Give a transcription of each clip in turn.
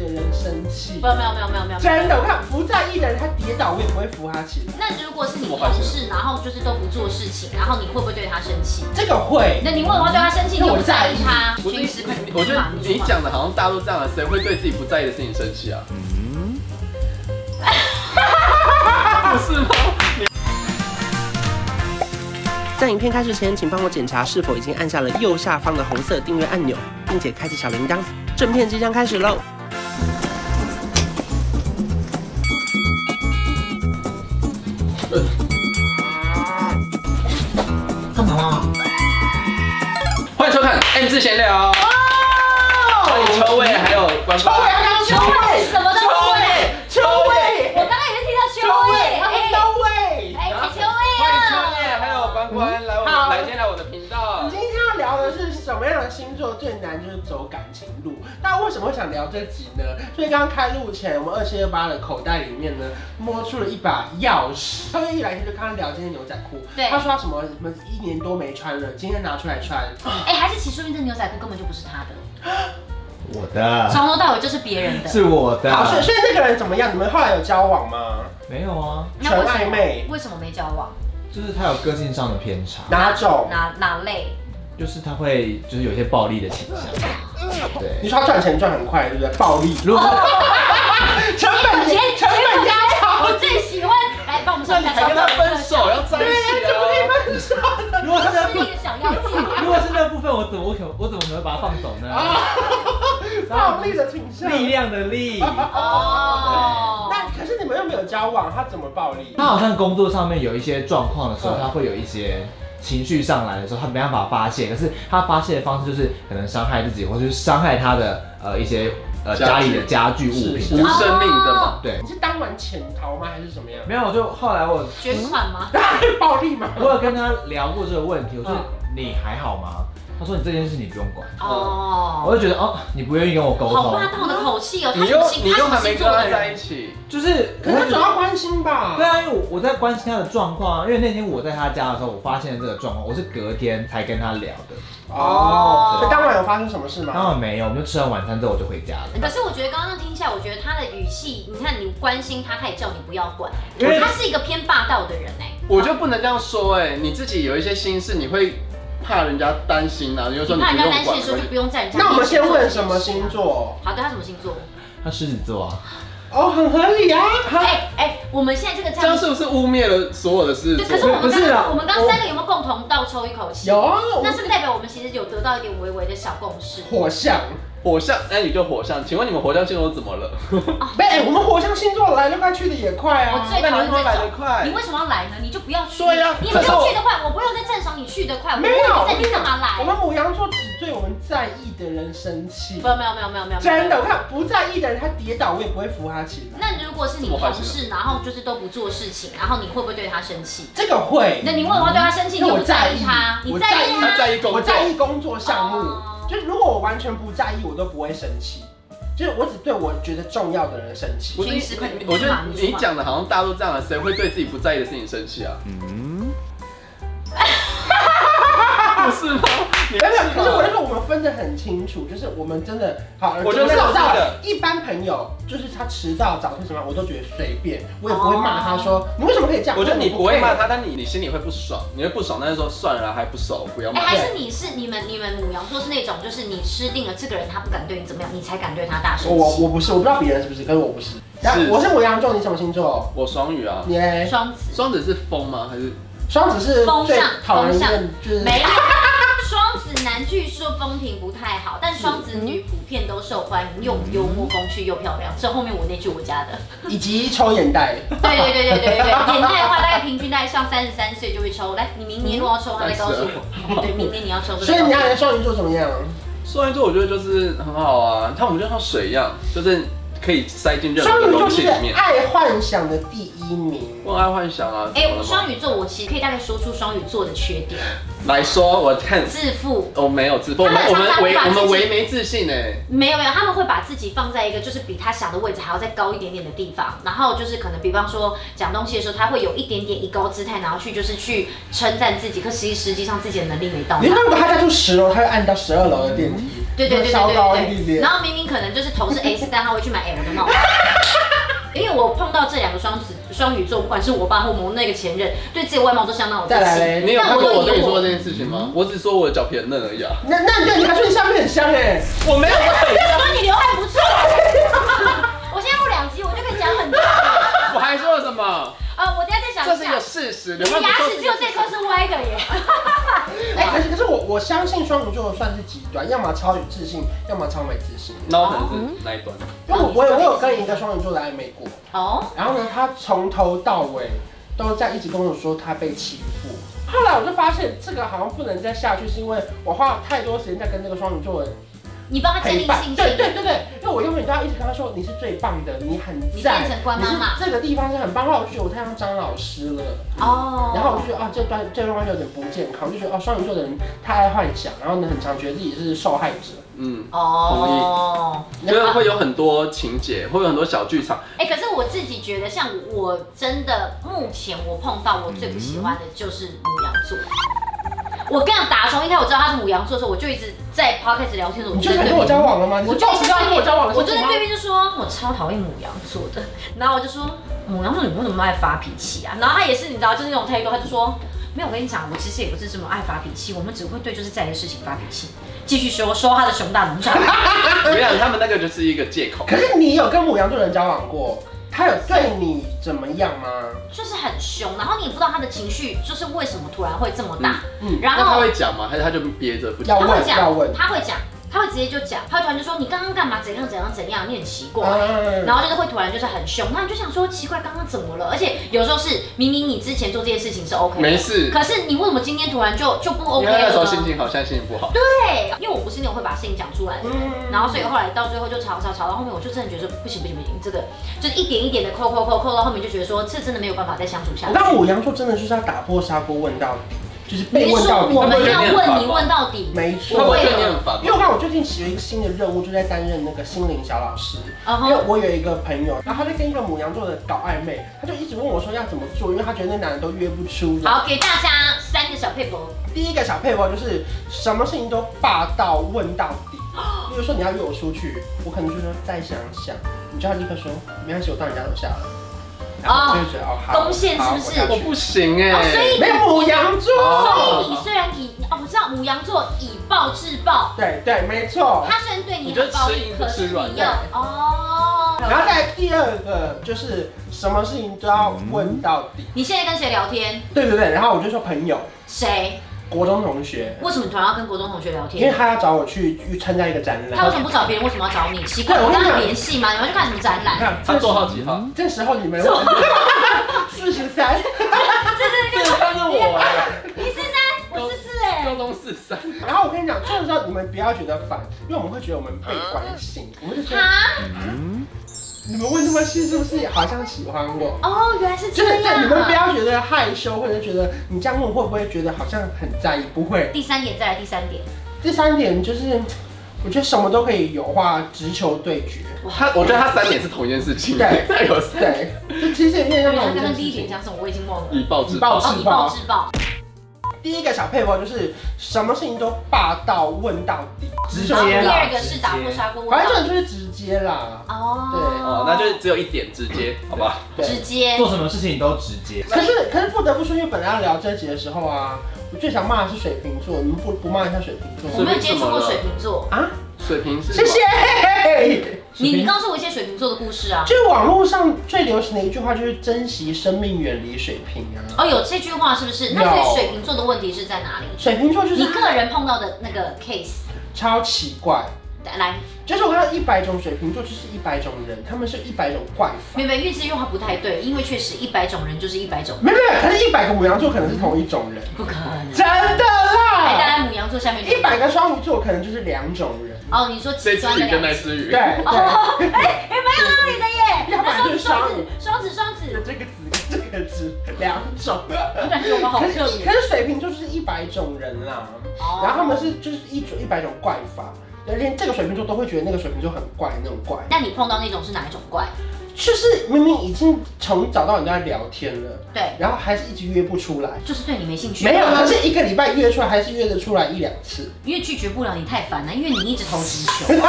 没。有没有气没有没有没有，真的，我看不在意的人，他跌倒我也不会扶他起来。那如果是你同事，然后就是都不做事情，然后你会不会对他生气？这个会，那你为什么要对他生气？因你为又我不在意在意他，不是平时可能我觉得你讲的好像大陆这样的，谁会对自己不在意的事情生气啊？嗯 不是吗？在影片开始前，请帮我检查是否已经按下了右下方的红色订阅按钮，并且开启小铃铛。正片即将开始喽！欢迎收看 M 字闲聊，哦欢迎秋哎位还有关秋伟关。他刚秋刚秋位伟，什么都不会。秋我刚伟，刚也是听秋到秋伟，位，他们哎都位。哎，秋欢迎秋位叶，啊！还有关关来我们好来先来我的频道我们。今天要聊的是什么样的星座最难就是走感情路？那为什么会想聊这集呢？所以刚刚开录前，我们二七二八的口袋里面呢，摸出了一把钥匙。他们一来就看他聊这件牛仔裤，对他说他什么什么一年多没穿了，今天拿出来 穿。哎，还是其实说明这牛仔裤根本就不是他的，我啊的从头到尾就是别人的。是我的，好，所以所以那个人怎么样？你们后来有交往吗？没有啊，那为什么纯暧昧为什么没交往？就是他有个性上的偏差，哪种？哪哪类？就是他会就是有一些暴力的倾向，你对，说他赚钱赚很快，对不对？暴 利，如果成本成本压我榨，最喜欢来帮我们那上你一下才跟他分手，要在一起啊！分手了。如果是那是部一个想要自己如果是那部分，我怎么我可我怎么可能把他放走呢？ 暴力的倾向。哦力量的力，他哦。那可是你们又没有交往，他怎么暴力？好像工作上面有一些状况的时候，嗯他会有一些。情绪上来的时候，他没办法发泄，可是他发泄的方式就是可能伤害自己，或者是伤害他的呃一些呃家具家里的家具物是无。品生命的哦嘛，对你，是当晚潜逃吗？还是怎么样？没有，就后来我捐款吗？暴力吗？我有跟他聊过这个问题，我说你还好吗？他说你这件事你不用管，嗯哦，我就觉得哦，你不愿意跟我沟好通霸，道的口气哦！他你又什么星你又他还什么星没座跟他的在人？一起，就是可是总要关心吧。对啊，因为我我在关心他的状况啊，因为那天我在他家的时候，我发现了这个状况，我是隔天才跟他聊的，哦，所以当晚有发生什么事当吗？然没有，我们就吃完晚餐之后我就回家了，可是我觉得刚刚那听下来，我觉得他的语气，你看你关心他，他也叫你不要管，因为他是一个偏霸道的人哎。我就不能这样说哎、你自己有一些心事，你会怕人家担心啊，你就说你你怕不人家担心用管的时候，就不而用在人家。那我们先问什么星？座？啊好的，他什么星座？他狮子座啊，哦，很合理啊。哎哎，我们现在这个已。这样是不是污蔑了所有的事对，情？可是我们不是啊刚我们刚三个有没有共同倒抽一口气？有啊，我那是不是代表我们其实有得到一点微微的小共识？火象。火象，那你就火象。请问你们火象星座怎么了？哎，我们火象星座来得快去的也快哦我啊。最讨那厌你为什么来这得种。快你？为什么要来呢？你就不要去。对呀你不可是用我去的快，我不用再赞赏你去的快。我没不用有，再你干嘛我来？们母羊座只对我们在意的人生气没。有没有没有没有没有。真的，我。看不在意的人，他跌倒我也不会扶他起来。那如果是你这么坏同事，心然后就是都不做事情，然后你会不会对他生气？这个会，那你为什么要对他生气？因为你又我不在在意意他，你我在在意意他他。在意工我作，在意工作项哦目，就是如果我完全不在意，我都不会生气。就是我只对我觉得重要的人生气。不是军师快点我觉得你出马你讲的好像大陆这样的，啊谁会对自己不在意的事情生气啊？ 没有，没有不是啊吗？你可是我就说我们分得很清楚，就是我们真的好。我觉得是这个是到的一般朋友，就是他迟到、早退什么，我都觉得随便，我也不会骂他说你为什么可以这样。我觉得你不会骂他。他，但你你心里会不爽，你会不爽，但是说算了啦，还不熟，不要哎，骂。还是你是你们你们母羊座是那种，就是你吃定了这个人，他不敢对你怎么样，你才敢对他大我声我气。我不是，我不知道别人是不是，可是我不是。然后是我是母羊座，你什么星座？我双鱼啊，你嘞双子双子是风吗？还是双子是风最象讨人风象厌，就是没有。 双子男据说风评不太好，但双子女普遍都受欢迎，又幽默风趣又漂亮。这后面我那句我加的。以及抽眼袋。对对对对对对对，眼袋的话大概平均大概 上三十三岁就会抽。来，你明年如果要抽，他再告诉我。对，明年你要抽。所以你要的双鱼座怎么样？双鱼座？我觉得就是很好啊，他们就像水一样，就是可以塞进任何双鱼的座容就器是里面。啊爱幻想的第一名。我爱幻想啊，哎怎么，了吗双鱼座我其实可以大概说出双鱼座的缺点：来说， 我看自负。我哦没有自负，我们他我们常们常唯把我自己们唯没自信哎。没有没有，他们会把自己放在一个就是比他想的位置还要再高一点点的地方，然后就是可能比方说讲东西的时候，他会有一点点以高姿态，然后去就是去称赞自己，可实际实际上自己的能力没到你那。看，如果他家住十楼，他会按到十二楼的电梯。对对对对稍对高对一对。点然后明明可能就是头是 S，但他会去买 L 的帽子。因为我碰到这两个双子双鱼座，不管是我爸或我那个前任，对自己的外貌都相当有自再来信。嘞，哎你有看那我过有我跟疑你惑说的这件事情吗？我只说我的脚皮很嫩而已啊， 那那对，你还说你相片很香哎，我没有到很我说你刘海不错，我现在录两集，我就可以讲很多。我还说了什么？呃，我等一下再想这一是一个下。事实，你刘汉牙不齿只有这颗是歪的耶。哎，可是可是我我相信双鱼座算是极端，要么超有自信，要么超没自信。那我可能是那一端。因为我我有我有跟一个双鱼座的暧昧过，哦，然后呢，他从头到尾都在一直跟我说他被欺负。后来我就发现这个好像不能再下去，是因为我花了太多时间在跟这个双鱼座的你帮他建陪立伴。信对对心，对对，因为我永远都要一直跟他说你是最棒的，你很你变赞，成官妈妈你是这个地方是很棒。后来我就觉得我太像张老师了。哦。然后我就觉得啊，这段这段关系有点不健康，就觉得哦，双鱼座的人太爱幻想，然后呢，很常觉得自己是受害者。嗯，哦，就是会有很多情节，会有很多小剧场。哎、可是我自己觉得，像我真的目前我碰到我最不喜欢的就是母羊座。我跟你讲，打从一开始我知道他是母羊座的时候，我就一直在 podcast 聊天的时候，你我就就想在对跟我面，交往了吗？你我是就抱持在要跟我交往的我心就情在吗？对面就说，我超讨厌母羊座的。然后我就说，母羊座你为什么那么爱发脾气啊？然后他也是你知道，就是那种态度，他就说，没有，我跟你讲，我其实也不是这么爱发脾气，我们只会对就是在意的事情发脾气，继续说说他的熊大农场。嗯我跟你讲，他们那个就是一个借口。可是你有跟母羊座人交往过，他有对你怎么样吗？就是很凶，然后你也不知道他的情绪就是为什么突然会这么大，嗯嗯 然那他后会讲吗？还是他就憋着不要他讲？会问要问讲，他会讲，他会直接就讲，他会突然就说你刚刚干嘛怎样怎样怎样，你很奇怪。嗯然后就是会突然就是很凶，那你就想说奇怪，刚刚怎么了？而且有时候是明明你之前做这件事情是 OK，的没事可是你为什么今天突然就就不因 OK 为他那时候了心呢？情好，现在心情不好。对，因为我不是那种会把事情讲出来的人，嗯然后所以后来到最后就吵吵吵到后面，我就真的觉得不行不行不行，这个就是一点一点的扣扣扣扣到后面就觉得说这真的没有办法再相处下去。那母羊座真的就是要打破砂锅问到底，就是你被是问说到底。我会们不会要觉得你很问烦你吗问到底？没会不错会，对你很烦因为？我看我最近起了一个新的任务，就在担任那个心灵小老师。嗯因为哼，我有一个朋友，然后他就跟一个母羊座的搞暧昧，他就一直问我说要怎么做，因为他觉得那男的都约不出来。好，给大家三个小配博。第一个小配包就是什么事情都霸道问到底。哦比如说你要约我出去，我可能就说再想想，你就要立刻说没关系，我到你家楼下了。然后我就会觉得哦，好，攻陷好是哦不是我下去我不行哦，所哎，以没有母羊座。所哦以你虽然以哦，我知道母羊座以暴制暴，对对，没错。他虽然对你你就很暴吃力，硬不可是吃你软要然哦。后再来第二个就是什么事情都要问到底。你现在跟谁聊天？对对对，然后我就说朋友，谁？国中同学，为什么突然要跟国中同学聊因为天？他要找我去去参加一个展览。他为什么不找别人？为什么要找你？奇怪，对我我跟跟你他讲有联系吗？你们去看什么展你览？看他这做好几号？嗯这时候你们 四十三，这他是我哎，你是三，我是四哎。高中四三，然后我跟你讲，这个时候你们不要觉得烦，因为我们会觉得我们被关心，我们就觉得哈你们问这么细是不是好像喜欢我？哦，原来是就这是样。对你们不要觉得害羞，或者觉得你这样问会不会觉得好像很在意？不会。第三点，再来第三点。第三点就是，我觉得什么都可以有话直球对决。他我觉得他三点是同一件事情，对 他有三对，就其实有点像那对，他种刚刚第一点讲什么我已经忘了。以暴制以暴暴制。哦，以暴制暴。第一个小配合就是什么事情都霸道问到底，直球然后第对决啦二个是打破砂锅问反正这到底。种就是直接啦。哦，那就是只有一点直接，好吧？对。直接做什么事情都直接。可是可是不得不说，因为本来要聊这一集的时时候啊，我最想骂的是水瓶座，你们不不骂一下水瓶座我吗没有接触过水瓶座，啊？水平是谢谢。你你告诉我一些水瓶座的故事啊。就是网络上最流行的一句话就是珍惜生命，远离水瓶啊。哦，有这句话是不是？那有所以水瓶座的问题是在哪里？水瓶座就你是个人碰到的那个 case，超奇怪，来，就是我看到一百种水瓶座就是一百种人，他们是一百种怪法。没有没有，因为这句话不太对，因为确实一百种人就是一百种，没有没有，可是一百个母羊座可能是同一种人，不可能。真的来，大啦。家母羊座下面哎一百个双鱼座可能就是两种人，哦哦，你说这极只端的鱼跟两那个，只对，鱼对，哎，没有道理的耶。要不然那就是双双子鱼双子双子双子，这个字这个字两种。我感觉我们好可特是别可。是水瓶座就是一百种人啦，哦 然后他们是就是一种一百种怪法，连这个水瓶座都会觉得那个水瓶座很怪那种怪。那你碰到那种是哪一种怪？就是明明已经从早到晚都在聊天了，对，然后还是一直约不出来。就是对你没兴趣。没有啊，是一个礼拜约出来，还是约得出来一两次。因为拒绝不了你太烦了，因为你一直投直球，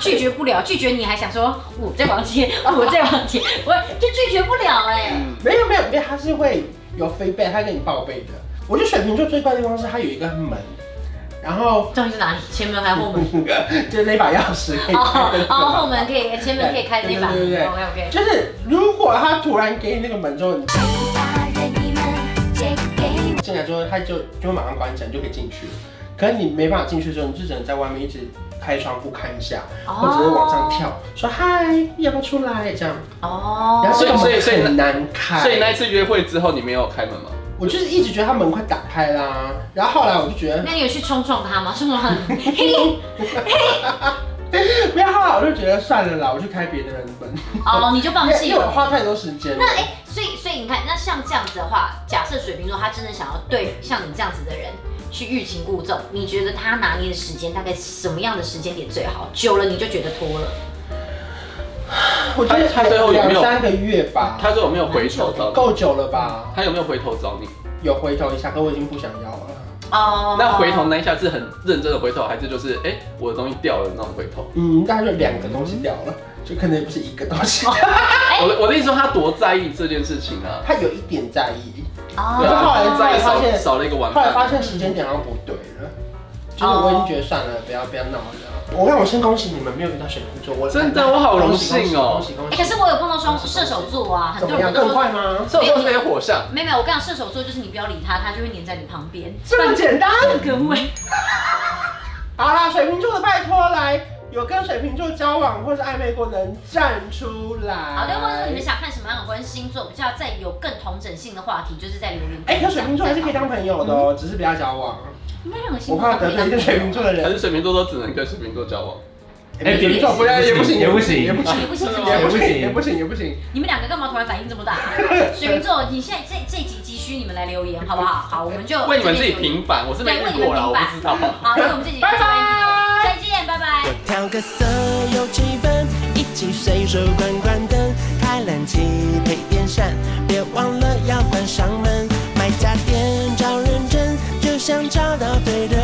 拒绝不了，拒绝你还想说我在房间，哦我在房间，我就拒绝不了哎、嗯，没有没有没有，他是会有 feedback，他跟你报备的。我觉得水瓶座最怪的地方是他有一个门，然后到底是哪里？前门还是 后门？就是那把钥匙可以开的那哦个哦，嘛后门可以，前门可以开的那把。对对对对 OK OK。就是如果他突然给你那个门之后，你进来之后，他就就会马上关起来，你就可以进去。可是你没办法进去的时候，你就只能在外面一直开窗户看一下，哦或者是往上跳，说嗨，你要不要出来这样？哦。然后这个所以门所以很难开，所以那一次约会之后，你没有开门吗？我就是一直觉得他门快打开啦，然后后来我就觉得那你有去冲撞他吗？冲 撞他？嘿没有，后来我就觉得算了啦，我去开别的人的门，哦，你就放弃因为我了。花太多时间了那。哎、所以所以你看，那像这样子的话，假设水瓶座他真的想要对像你这样子的人去欲擒故纵，你觉得他拿捏的时间大概什么样的时间点最好？久了你就觉得拖了。我觉得才他最后有两没有三个月吧，他说有没有回头找你？够久了吧？他有没有回头找你？有回头一下，可我已经不想要了。哦那回头那一下是很认真的回头，还是就是哎、我的东西掉了那种回头？嗯，大概就两个东西掉了，就可能也不是一个东西。我的我的意思说他多在意这件事情啊，他有一点在 意，哦对啊，后来在意发现少少了一个玩后来发伴。现时间点好像不对了，就是我已经觉得算了，不要不要闹了。我让我先恭喜你们没有遇到水瓶座，我真的我好荣幸哦恭喜恭喜！恭哎、可喜是我有碰到双射手座啊，很怎多么样？人都更说，快吗？所以我说是有火象，没有没有，我跟你讲，射手座就是你不要理他，他就会黏在你旁边，这么简单？半个位。 好啦，水瓶座的拜托来，有跟水瓶座交往或是暧昧过的人站出来。好的，或者说你们想看什么样有关星座比较再有更同整性的话题，就是在留言。哎、可水瓶座还是可以，当朋友的哦、只是不要交往。应该任何星我座怕都可得罪以一当朋个水友瓶座的 可人。是水瓶座都只能跟水瓶座交往。哎水瓶座不要也不行，也不行也不行，也不行也是不行，吗也不行，也不行，也不行。你们两个干嘛突然反应这么 大、水瓶座，你现在这这集急需你们来留言好不好？好，我们哦就为你们自己这边留言。平反，我是没遇过啦，我不知道。好，那我们这集就到拜这拜边再见，拜拜。调个色有气氛，一起随手关关灯，开冷气配电扇，别忘了要关上门。买家电找认真，就像找到对的